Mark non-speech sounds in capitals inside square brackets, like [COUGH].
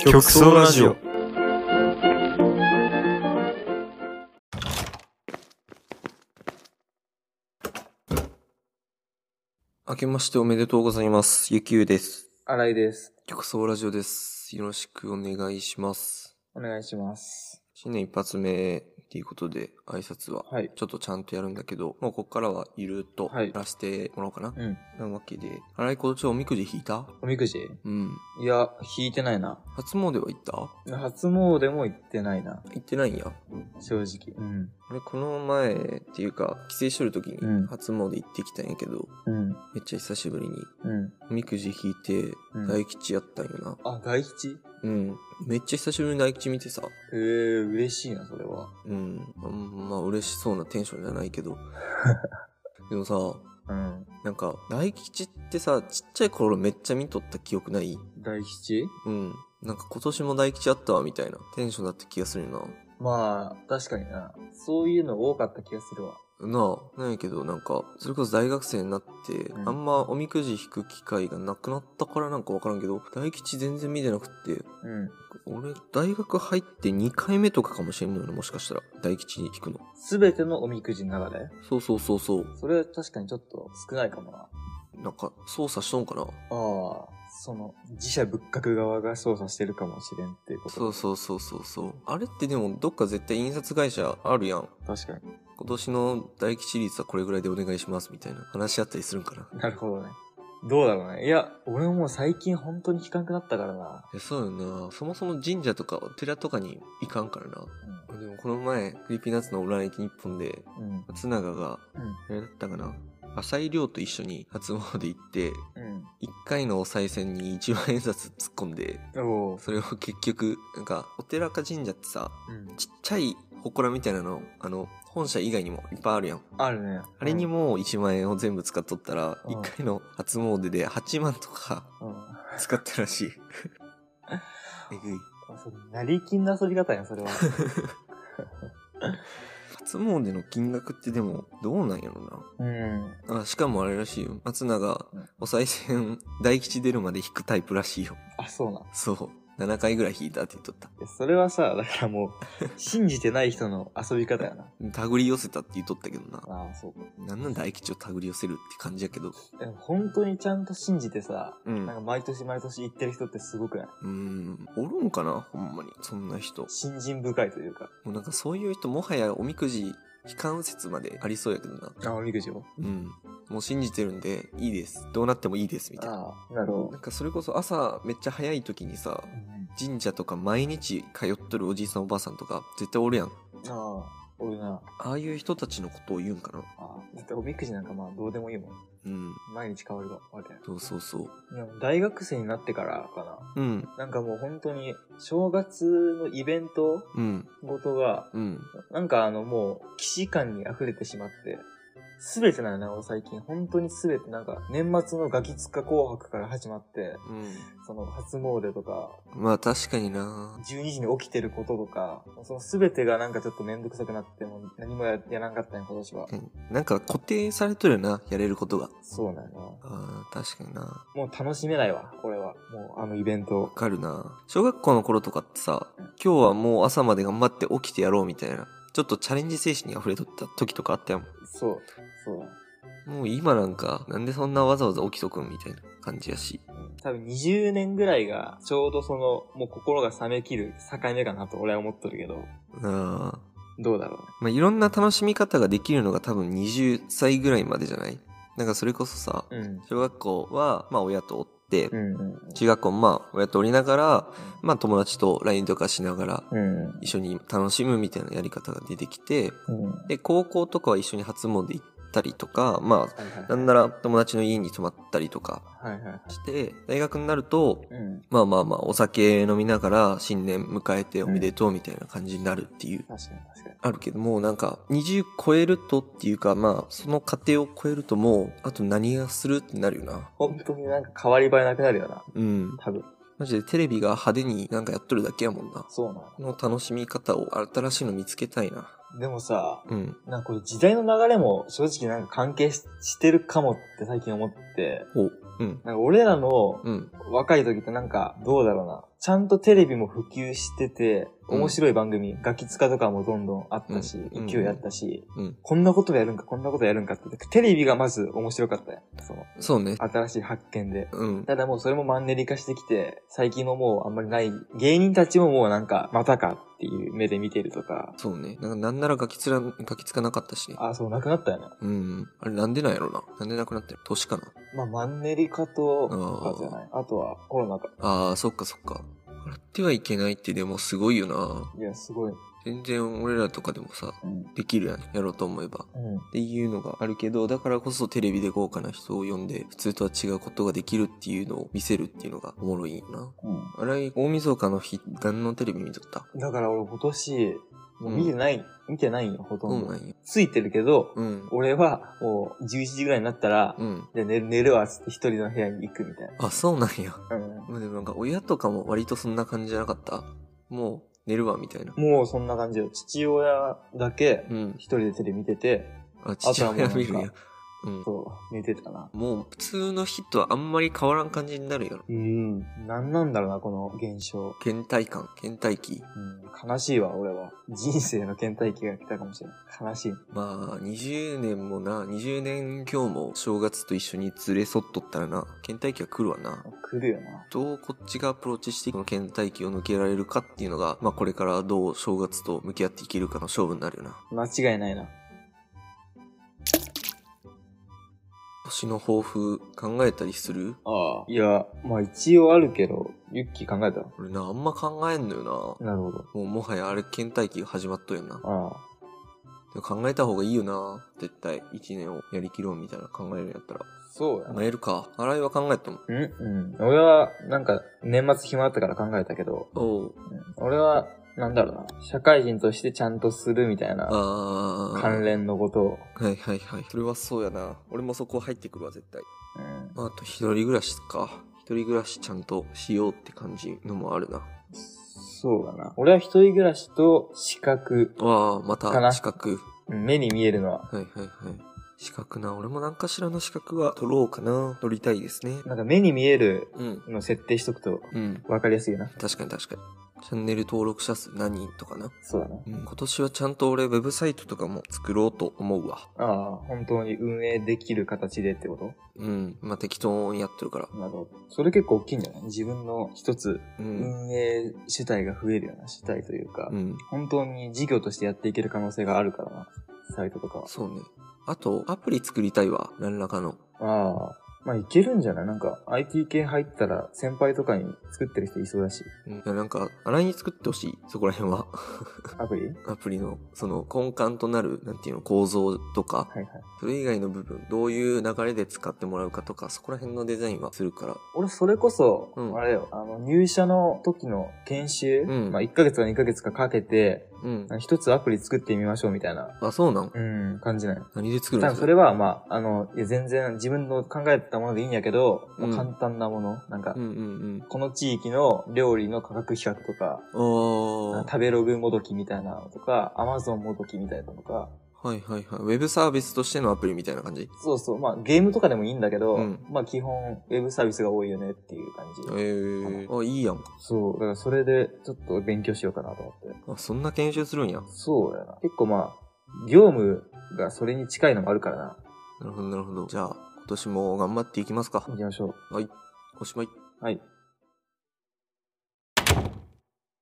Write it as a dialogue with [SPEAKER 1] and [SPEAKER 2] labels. [SPEAKER 1] 極総ラジオ。
[SPEAKER 2] 明けましておめでとうございます。ゆきゆです。
[SPEAKER 3] 新井です。
[SPEAKER 2] 曲奏ラジオです。よろしくお願いします。
[SPEAKER 3] お願いします。
[SPEAKER 2] 新年一発目っていうことで、挨拶は、
[SPEAKER 3] はい。
[SPEAKER 2] ちょっとちゃんとやるんだけど、もうこっからはゆるっと
[SPEAKER 3] はい
[SPEAKER 2] やらせてもらおうかな。
[SPEAKER 3] うん。
[SPEAKER 2] なわけで、荒井今年おみくじ引いた
[SPEAKER 3] おみくじ
[SPEAKER 2] うん。
[SPEAKER 3] いや、引いてないな。
[SPEAKER 2] 初詣は行った
[SPEAKER 3] 初詣も行ってないな。
[SPEAKER 2] 行ってないんや。
[SPEAKER 3] 正直。うん。
[SPEAKER 2] 俺この前っていうか、帰省しとる時
[SPEAKER 3] う
[SPEAKER 2] に
[SPEAKER 3] ん
[SPEAKER 2] 初詣行ってきたんやけど、
[SPEAKER 3] うん。
[SPEAKER 2] めっちゃ久しぶりに、
[SPEAKER 3] うん。
[SPEAKER 2] おみくじ引いて
[SPEAKER 3] う、ん
[SPEAKER 2] 大吉やったんよな。
[SPEAKER 3] あ、大吉
[SPEAKER 2] うん。めっちゃ久しぶりに大吉見てさ、
[SPEAKER 3] えー、嬉しいな、それは。
[SPEAKER 2] うん。あんまあ嬉しそうなテンションじゃない
[SPEAKER 3] [LAUGHS]
[SPEAKER 2] けど。でもさ、
[SPEAKER 3] うん。
[SPEAKER 2] なんか、大吉ってさ、ちっちゃい頃めっちゃ見とった記憶ない
[SPEAKER 3] 大吉
[SPEAKER 2] うん。なんか今年も大吉あったわ、みたいなテンションだった気がするよ
[SPEAKER 3] まあ、確かにな。そういうの多かった気がするわ。
[SPEAKER 2] な。なあ、なんやけど、なんか、それこそ大学生になって、
[SPEAKER 3] ん
[SPEAKER 2] あんまおみくじ引く機会がなくなったからなんかわからんけど、大吉全然見てなくって、
[SPEAKER 3] うん。
[SPEAKER 2] 俺、大学入って2回目とかかもしれんのよな、もしかしたら。大吉引くの。
[SPEAKER 3] すべてのおみくじの中で
[SPEAKER 2] そうそうそうそう。
[SPEAKER 3] それは確かにちょっと少ないかもな。あ
[SPEAKER 2] なんか、操作しとんかな
[SPEAKER 3] あ、その、自社仏閣側が操作してるかもしれんっていうこと。
[SPEAKER 2] そうそうそうそうそうあれってでもどっか絶対印刷会社あるやん
[SPEAKER 3] 確かに。
[SPEAKER 2] 今年の大吉率はこれぐらいでお願いしますみたいな話し合ったりするんかな
[SPEAKER 3] なるほどね。どうだろうね。いや、俺ももう最近本当に聞かんくなったからな。
[SPEAKER 2] えそうよなそもそも神社とかお寺とかに行かんからな
[SPEAKER 3] う
[SPEAKER 2] でもこの前クリーピーナッツの裏駅日本で
[SPEAKER 3] ん。うん。
[SPEAKER 2] 松永が
[SPEAKER 3] うん
[SPEAKER 2] あれだったかな浅井亮と一緒に初詣行って1回のお賽銭に1万円札突っ込んで
[SPEAKER 3] うん。おお。
[SPEAKER 2] それを結局なんかお寺か神社ってさ
[SPEAKER 3] うん。
[SPEAKER 2] ちっちゃい祠みたいなのあの本社以外にもいっぱいあるやん
[SPEAKER 3] あるね。
[SPEAKER 2] あれにも1万円を全部使っとったら、
[SPEAKER 3] うん
[SPEAKER 2] 1回の初詣で8万とか
[SPEAKER 3] うん。うん。
[SPEAKER 2] 使ったらしい。えぐい。
[SPEAKER 3] それなりきんな遊び方やん、それ [LAUGHS] は。
[SPEAKER 2] 初詣の金額ってでもどうなんやろ
[SPEAKER 3] うん。
[SPEAKER 2] な。あ、しかもあれらしいよ。松永
[SPEAKER 3] うん、
[SPEAKER 2] お賽銭、大吉出るまで引くタイプらしいよ。
[SPEAKER 3] あ、そうなん。
[SPEAKER 2] そう。7回ぐらい引いたって言っとった。
[SPEAKER 3] えそれはさ、だからもう、信じてない人の遊び方やな。
[SPEAKER 2] 手繰り寄せたって言っとったけどな。
[SPEAKER 3] ああ、そうか。
[SPEAKER 2] なんなん大吉を手繰り寄せるって感じやけど。
[SPEAKER 3] でも本当にちゃんと信じてさ、
[SPEAKER 2] うん
[SPEAKER 3] なんか毎年毎年言ってる人ってすごくないう
[SPEAKER 2] ーん。おるんかなほんまに。そんな人。
[SPEAKER 3] 信心深いというか。
[SPEAKER 2] もうなんかそういう人もはやおみくじ悲観説までありそうやけどな。
[SPEAKER 3] あ、おみくじを
[SPEAKER 2] うん。もう信じてるんでいいです。どうなってもいいですみたいな。
[SPEAKER 3] ああ、なるほ
[SPEAKER 2] な
[SPEAKER 3] ど
[SPEAKER 2] ん。かそれこそ朝めっちゃ早い時にさ、神社とか毎日通っとるおじいさんおばあさんとか絶対おるやん。
[SPEAKER 3] ああ、俺な。
[SPEAKER 2] ああいう人たちのことを言うんかな。
[SPEAKER 3] ああ、だっておみくじなんかまあどうでもいいもん。
[SPEAKER 2] うん。
[SPEAKER 3] 毎日変わるわけや。
[SPEAKER 2] そうそうそう。
[SPEAKER 3] でも大学生になってからかな。
[SPEAKER 2] うん。
[SPEAKER 3] なんかもう本当に、正月のイベント
[SPEAKER 2] うん。
[SPEAKER 3] ごとが、
[SPEAKER 2] うん。
[SPEAKER 3] なんかあのもう、既視感に溢れてしまって、すべてなのな、最近。本当にすべて、なんか、年末のガキつか紅白から始まって、
[SPEAKER 2] う
[SPEAKER 3] その、初詣とか、
[SPEAKER 2] ん。まあ確かにな。
[SPEAKER 3] 12時に起きてることとか、そのすべてがなんかちょっとめんどくさくなって、もう何もややらんかったね、今年は
[SPEAKER 2] う。んなんか固定されとるよな、やれることが。
[SPEAKER 3] そうだよ
[SPEAKER 2] ああ、確かにな。
[SPEAKER 3] な。もう楽しめないわ、これは。もう、あのイベント
[SPEAKER 2] わ。かるな小学校の頃とかってさ今日はもう朝まで頑張って起きてやろうみたいなちょっとチャレンジ精神に溢れとった時とかあったやん
[SPEAKER 3] そう、そうだ。
[SPEAKER 2] もう今なんかなんでそんなわざわざ起きとくんみたいな感じやし
[SPEAKER 3] 多分20年ぐらいがちょうどそのもう心が冷めきる境目かなと俺は思っとるけど
[SPEAKER 2] なあ
[SPEAKER 3] どうだろうね
[SPEAKER 2] まあいろんな楽しみ方ができるのが多分20歳ぐらいまでじゃないなんかそれこそさ
[SPEAKER 3] うん
[SPEAKER 2] 小学校はまあ親とおって
[SPEAKER 3] うん
[SPEAKER 2] 中学校もまあ親とおりながらまあ友達と LINE とかしながら
[SPEAKER 3] うん
[SPEAKER 2] 一緒に楽しむみたいなやり方が出てきて
[SPEAKER 3] うん
[SPEAKER 2] で、高校とかは一緒に初詣行ったりとか、ま
[SPEAKER 3] はいはい
[SPEAKER 2] あ、なんなら友達の家に泊まったりとか
[SPEAKER 3] はいはい
[SPEAKER 2] して、大学になると、
[SPEAKER 3] うん
[SPEAKER 2] まあまあまあ、お酒飲みながら新年迎えておめでとうみたいな感じになるっていう。
[SPEAKER 3] 確かに確かに
[SPEAKER 2] あるけども、なんか、20超えるとっていうか、まあ、その過程を超えるともう、あと何がするってなるよな。
[SPEAKER 3] 本当になんか変わり映えなくなるよな
[SPEAKER 2] うん。
[SPEAKER 3] 多分
[SPEAKER 2] マジでテレビが派手になんかやっとるだけやもんな。
[SPEAKER 3] そうな
[SPEAKER 2] この楽しみ方を新しいの見つけたいな。
[SPEAKER 3] のでもさ
[SPEAKER 2] うん。
[SPEAKER 3] なんかこれ時代の流れも正直なんか関係ししてるかもって最近思って
[SPEAKER 2] お、うん。
[SPEAKER 3] なんか俺らの
[SPEAKER 2] うん。
[SPEAKER 3] 若い時ってなんかどうだろうなちゃんとテレビも普及してて、
[SPEAKER 2] うん
[SPEAKER 3] 面白い番組、ガキツカとかもどんどんあったし、
[SPEAKER 2] うん
[SPEAKER 3] 勢いあったし、
[SPEAKER 2] うん。
[SPEAKER 3] こんなことやるんか、こんなことやるんかって、テレビがまず面白かったよ。その、
[SPEAKER 2] そうね。
[SPEAKER 3] 新しい発見で。
[SPEAKER 2] うん。
[SPEAKER 3] ただもうそれもマンネリ化してきて、最近ももうあんまりない、芸人たちももうなんか、またかっていう目で見てるとか、
[SPEAKER 2] そうね。なんかなんならガキつら、ガキつかなかったしね。
[SPEAKER 3] あ、そう、なくなったよね。
[SPEAKER 2] うん。あれなんでなんやろな。なんでなくなってる年かな。
[SPEAKER 3] まあ、マンネリ化と、
[SPEAKER 2] あ
[SPEAKER 3] か
[SPEAKER 2] ー
[SPEAKER 3] じゃない。あとは、コロナか。
[SPEAKER 2] ああ、そっかそっか。笑ってはいけないってでもすごいよな。
[SPEAKER 3] いや、すごい。
[SPEAKER 2] 全然俺らとかでもさ、
[SPEAKER 3] うん。
[SPEAKER 2] できるやん。やろうと思えば。
[SPEAKER 3] うん。
[SPEAKER 2] っていうのがあるけど、だからこそテレビで豪華な人を呼んで、普通とは違うことができるっていうのを見せるっていうのがおもろいな。
[SPEAKER 3] うん。
[SPEAKER 2] あれ、大晦日の日、何のテレビ見とった
[SPEAKER 3] だから俺今年、もう見てない、見てないよ、ほと
[SPEAKER 2] そ
[SPEAKER 3] ん
[SPEAKER 2] う
[SPEAKER 3] ど。
[SPEAKER 2] なんや。
[SPEAKER 3] ついてるけど、
[SPEAKER 2] うん。
[SPEAKER 3] 俺はもう11時ぐらいになったら、
[SPEAKER 2] うん。
[SPEAKER 3] じゃあ寝る、寝るわ、つって一人の部屋に行くみたい
[SPEAKER 2] あ、そうなんや。
[SPEAKER 3] な。うん。
[SPEAKER 2] まあでもなんか親とかも割とそんな感じじゃなかったもう寝るわ、みたいな。
[SPEAKER 3] もうそんな感じよ。父親だけ、
[SPEAKER 2] うん。
[SPEAKER 3] 一人でテレビ見てて、
[SPEAKER 2] あ、父親見るん
[SPEAKER 3] あとはもうなん
[SPEAKER 2] や。うん。
[SPEAKER 3] そう、寝てたな。
[SPEAKER 2] もう普通の日とはあんまり変わらん感じになるやろ。
[SPEAKER 3] うん。なんなんだろうな、この現象。
[SPEAKER 2] 倦怠感、倦怠期。
[SPEAKER 3] うん。悲しいわ、俺は。人生の倦怠期が来たかもしれない。悲しい。
[SPEAKER 2] まあ、20年もな、20年今日も正月と一緒に連れ添っとったらな、倦怠期は来るわな。
[SPEAKER 3] 来るよな。
[SPEAKER 2] どうこっちがアプローチして、この倦怠期を抜けられるかっていうのが、まあこれからどう正月と向き合っていけるかの勝負になるよな。
[SPEAKER 3] 間違いないな。
[SPEAKER 2] 年の抱負考えたりする
[SPEAKER 3] ああ。いや、まあ一応あるけど、ユッキー考えた
[SPEAKER 2] 俺な、あんま考えんのよな。
[SPEAKER 3] なるほど。
[SPEAKER 2] もうもはやあれ倦怠期が始まっとるよな。
[SPEAKER 3] ああ。
[SPEAKER 2] でも考えた方がいいよな。絶対、一年をやりきろうみたいな考えるんやったら。
[SPEAKER 3] そうやな
[SPEAKER 2] 考。えるか。新井は考えても。
[SPEAKER 3] うんうん。俺は、なんか、年末暇だったから考えたけど、
[SPEAKER 2] おう。
[SPEAKER 3] 俺は、なんだろうな。社会人としてちゃんとするみたいな
[SPEAKER 2] あー。
[SPEAKER 3] 関連のことを。
[SPEAKER 2] はいはいはい。それはそうやな。俺もそこ入ってくるわ、絶対。
[SPEAKER 3] うん。
[SPEAKER 2] まあ、あと一人暮らしか。一人暮らしちゃんとしようって感じのもあるな。
[SPEAKER 3] そうだな。俺は一人暮らしと視覚、
[SPEAKER 2] わあ、ま
[SPEAKER 3] か
[SPEAKER 2] た
[SPEAKER 3] な
[SPEAKER 2] 資格。
[SPEAKER 3] うん目に見えるのは。
[SPEAKER 2] はいはいはい。資格な。俺も何かしらの資格は取ろうかな。取りたいですね。
[SPEAKER 3] なんか目に見える
[SPEAKER 2] うん。
[SPEAKER 3] の設定しとくと
[SPEAKER 2] うん。
[SPEAKER 3] 分かりやすいよな。
[SPEAKER 2] 確かに確かに。チャンネル登録者数何人とかな。
[SPEAKER 3] そうだな。
[SPEAKER 2] うん、今年はちゃんと俺ウェブサイトとかも作ろうと思うわ。
[SPEAKER 3] ああ、本当に運営できる形でってこと
[SPEAKER 2] うん。まあ、適当にやってるから。
[SPEAKER 3] なるほど。それ結構大きいんじゃない自分の一つ、
[SPEAKER 2] うん。
[SPEAKER 3] 運営主体が増えるような主体というか
[SPEAKER 2] う、ん。
[SPEAKER 3] 本当に事業としてやっていける可能性があるからな。サイトとかは。
[SPEAKER 2] そうね。あと、アプリ作りたいわ。何らかの。
[SPEAKER 3] ああ。まあ、いけるんじゃないなんか、IT 系入ったら、先輩とかに作ってる人いそうだし。
[SPEAKER 2] うん。いや、なんか、洗いに作ってほしい。そこら辺は。
[SPEAKER 3] アプリはい
[SPEAKER 2] アプリの、その、根幹となる、なんていうの、構造とか、
[SPEAKER 3] はい。
[SPEAKER 2] それ以外の部分、どういう流れで使ってもらうかとか、そこら辺のデザインはするから。
[SPEAKER 3] 俺、それこそ、
[SPEAKER 2] うん
[SPEAKER 3] あれよ、あの、入社の時の研修、
[SPEAKER 2] うん
[SPEAKER 3] まあ、1ヶ月か2ヶ月かかけて、
[SPEAKER 2] うん。
[SPEAKER 3] 一つアプリ作ってみましょうみたいな、
[SPEAKER 2] あ、そうなん
[SPEAKER 3] うん、感じない。
[SPEAKER 2] 何で作る
[SPEAKER 3] 多
[SPEAKER 2] んで
[SPEAKER 3] 分
[SPEAKER 2] す
[SPEAKER 3] そ
[SPEAKER 2] か
[SPEAKER 3] れは、まあ、あの、いや全然自分の考えたものでいいんやけど、まあ
[SPEAKER 2] うん
[SPEAKER 3] 簡単なもの、なんか、
[SPEAKER 2] うんうんうん。
[SPEAKER 3] この地域の料理の価格比較とか、
[SPEAKER 2] あー。
[SPEAKER 3] 食べログもどきみたいなのとか、アマゾンもどきみたいなのとか、
[SPEAKER 2] はいはいはい。ウェブサービスとしてのアプリみたいな感じ
[SPEAKER 3] そうそう。まあ、ゲームとかでもいいんだけど、
[SPEAKER 2] うん
[SPEAKER 3] まあ、基本、ウェブサービスが多いよねっていう感じ。
[SPEAKER 2] えー。あ、いいやん。
[SPEAKER 3] そう。だから、それで、ちょっと勉強しようかなと思って。
[SPEAKER 2] あ、そんな研修するんや。
[SPEAKER 3] そうやな。結構まあ、業務がそれに近いのもあるからな。
[SPEAKER 2] なるほど、なるほど。じゃあ、今年も頑張っていきますか。
[SPEAKER 3] 行きましょ
[SPEAKER 2] はい。おしまい。
[SPEAKER 3] う。はい。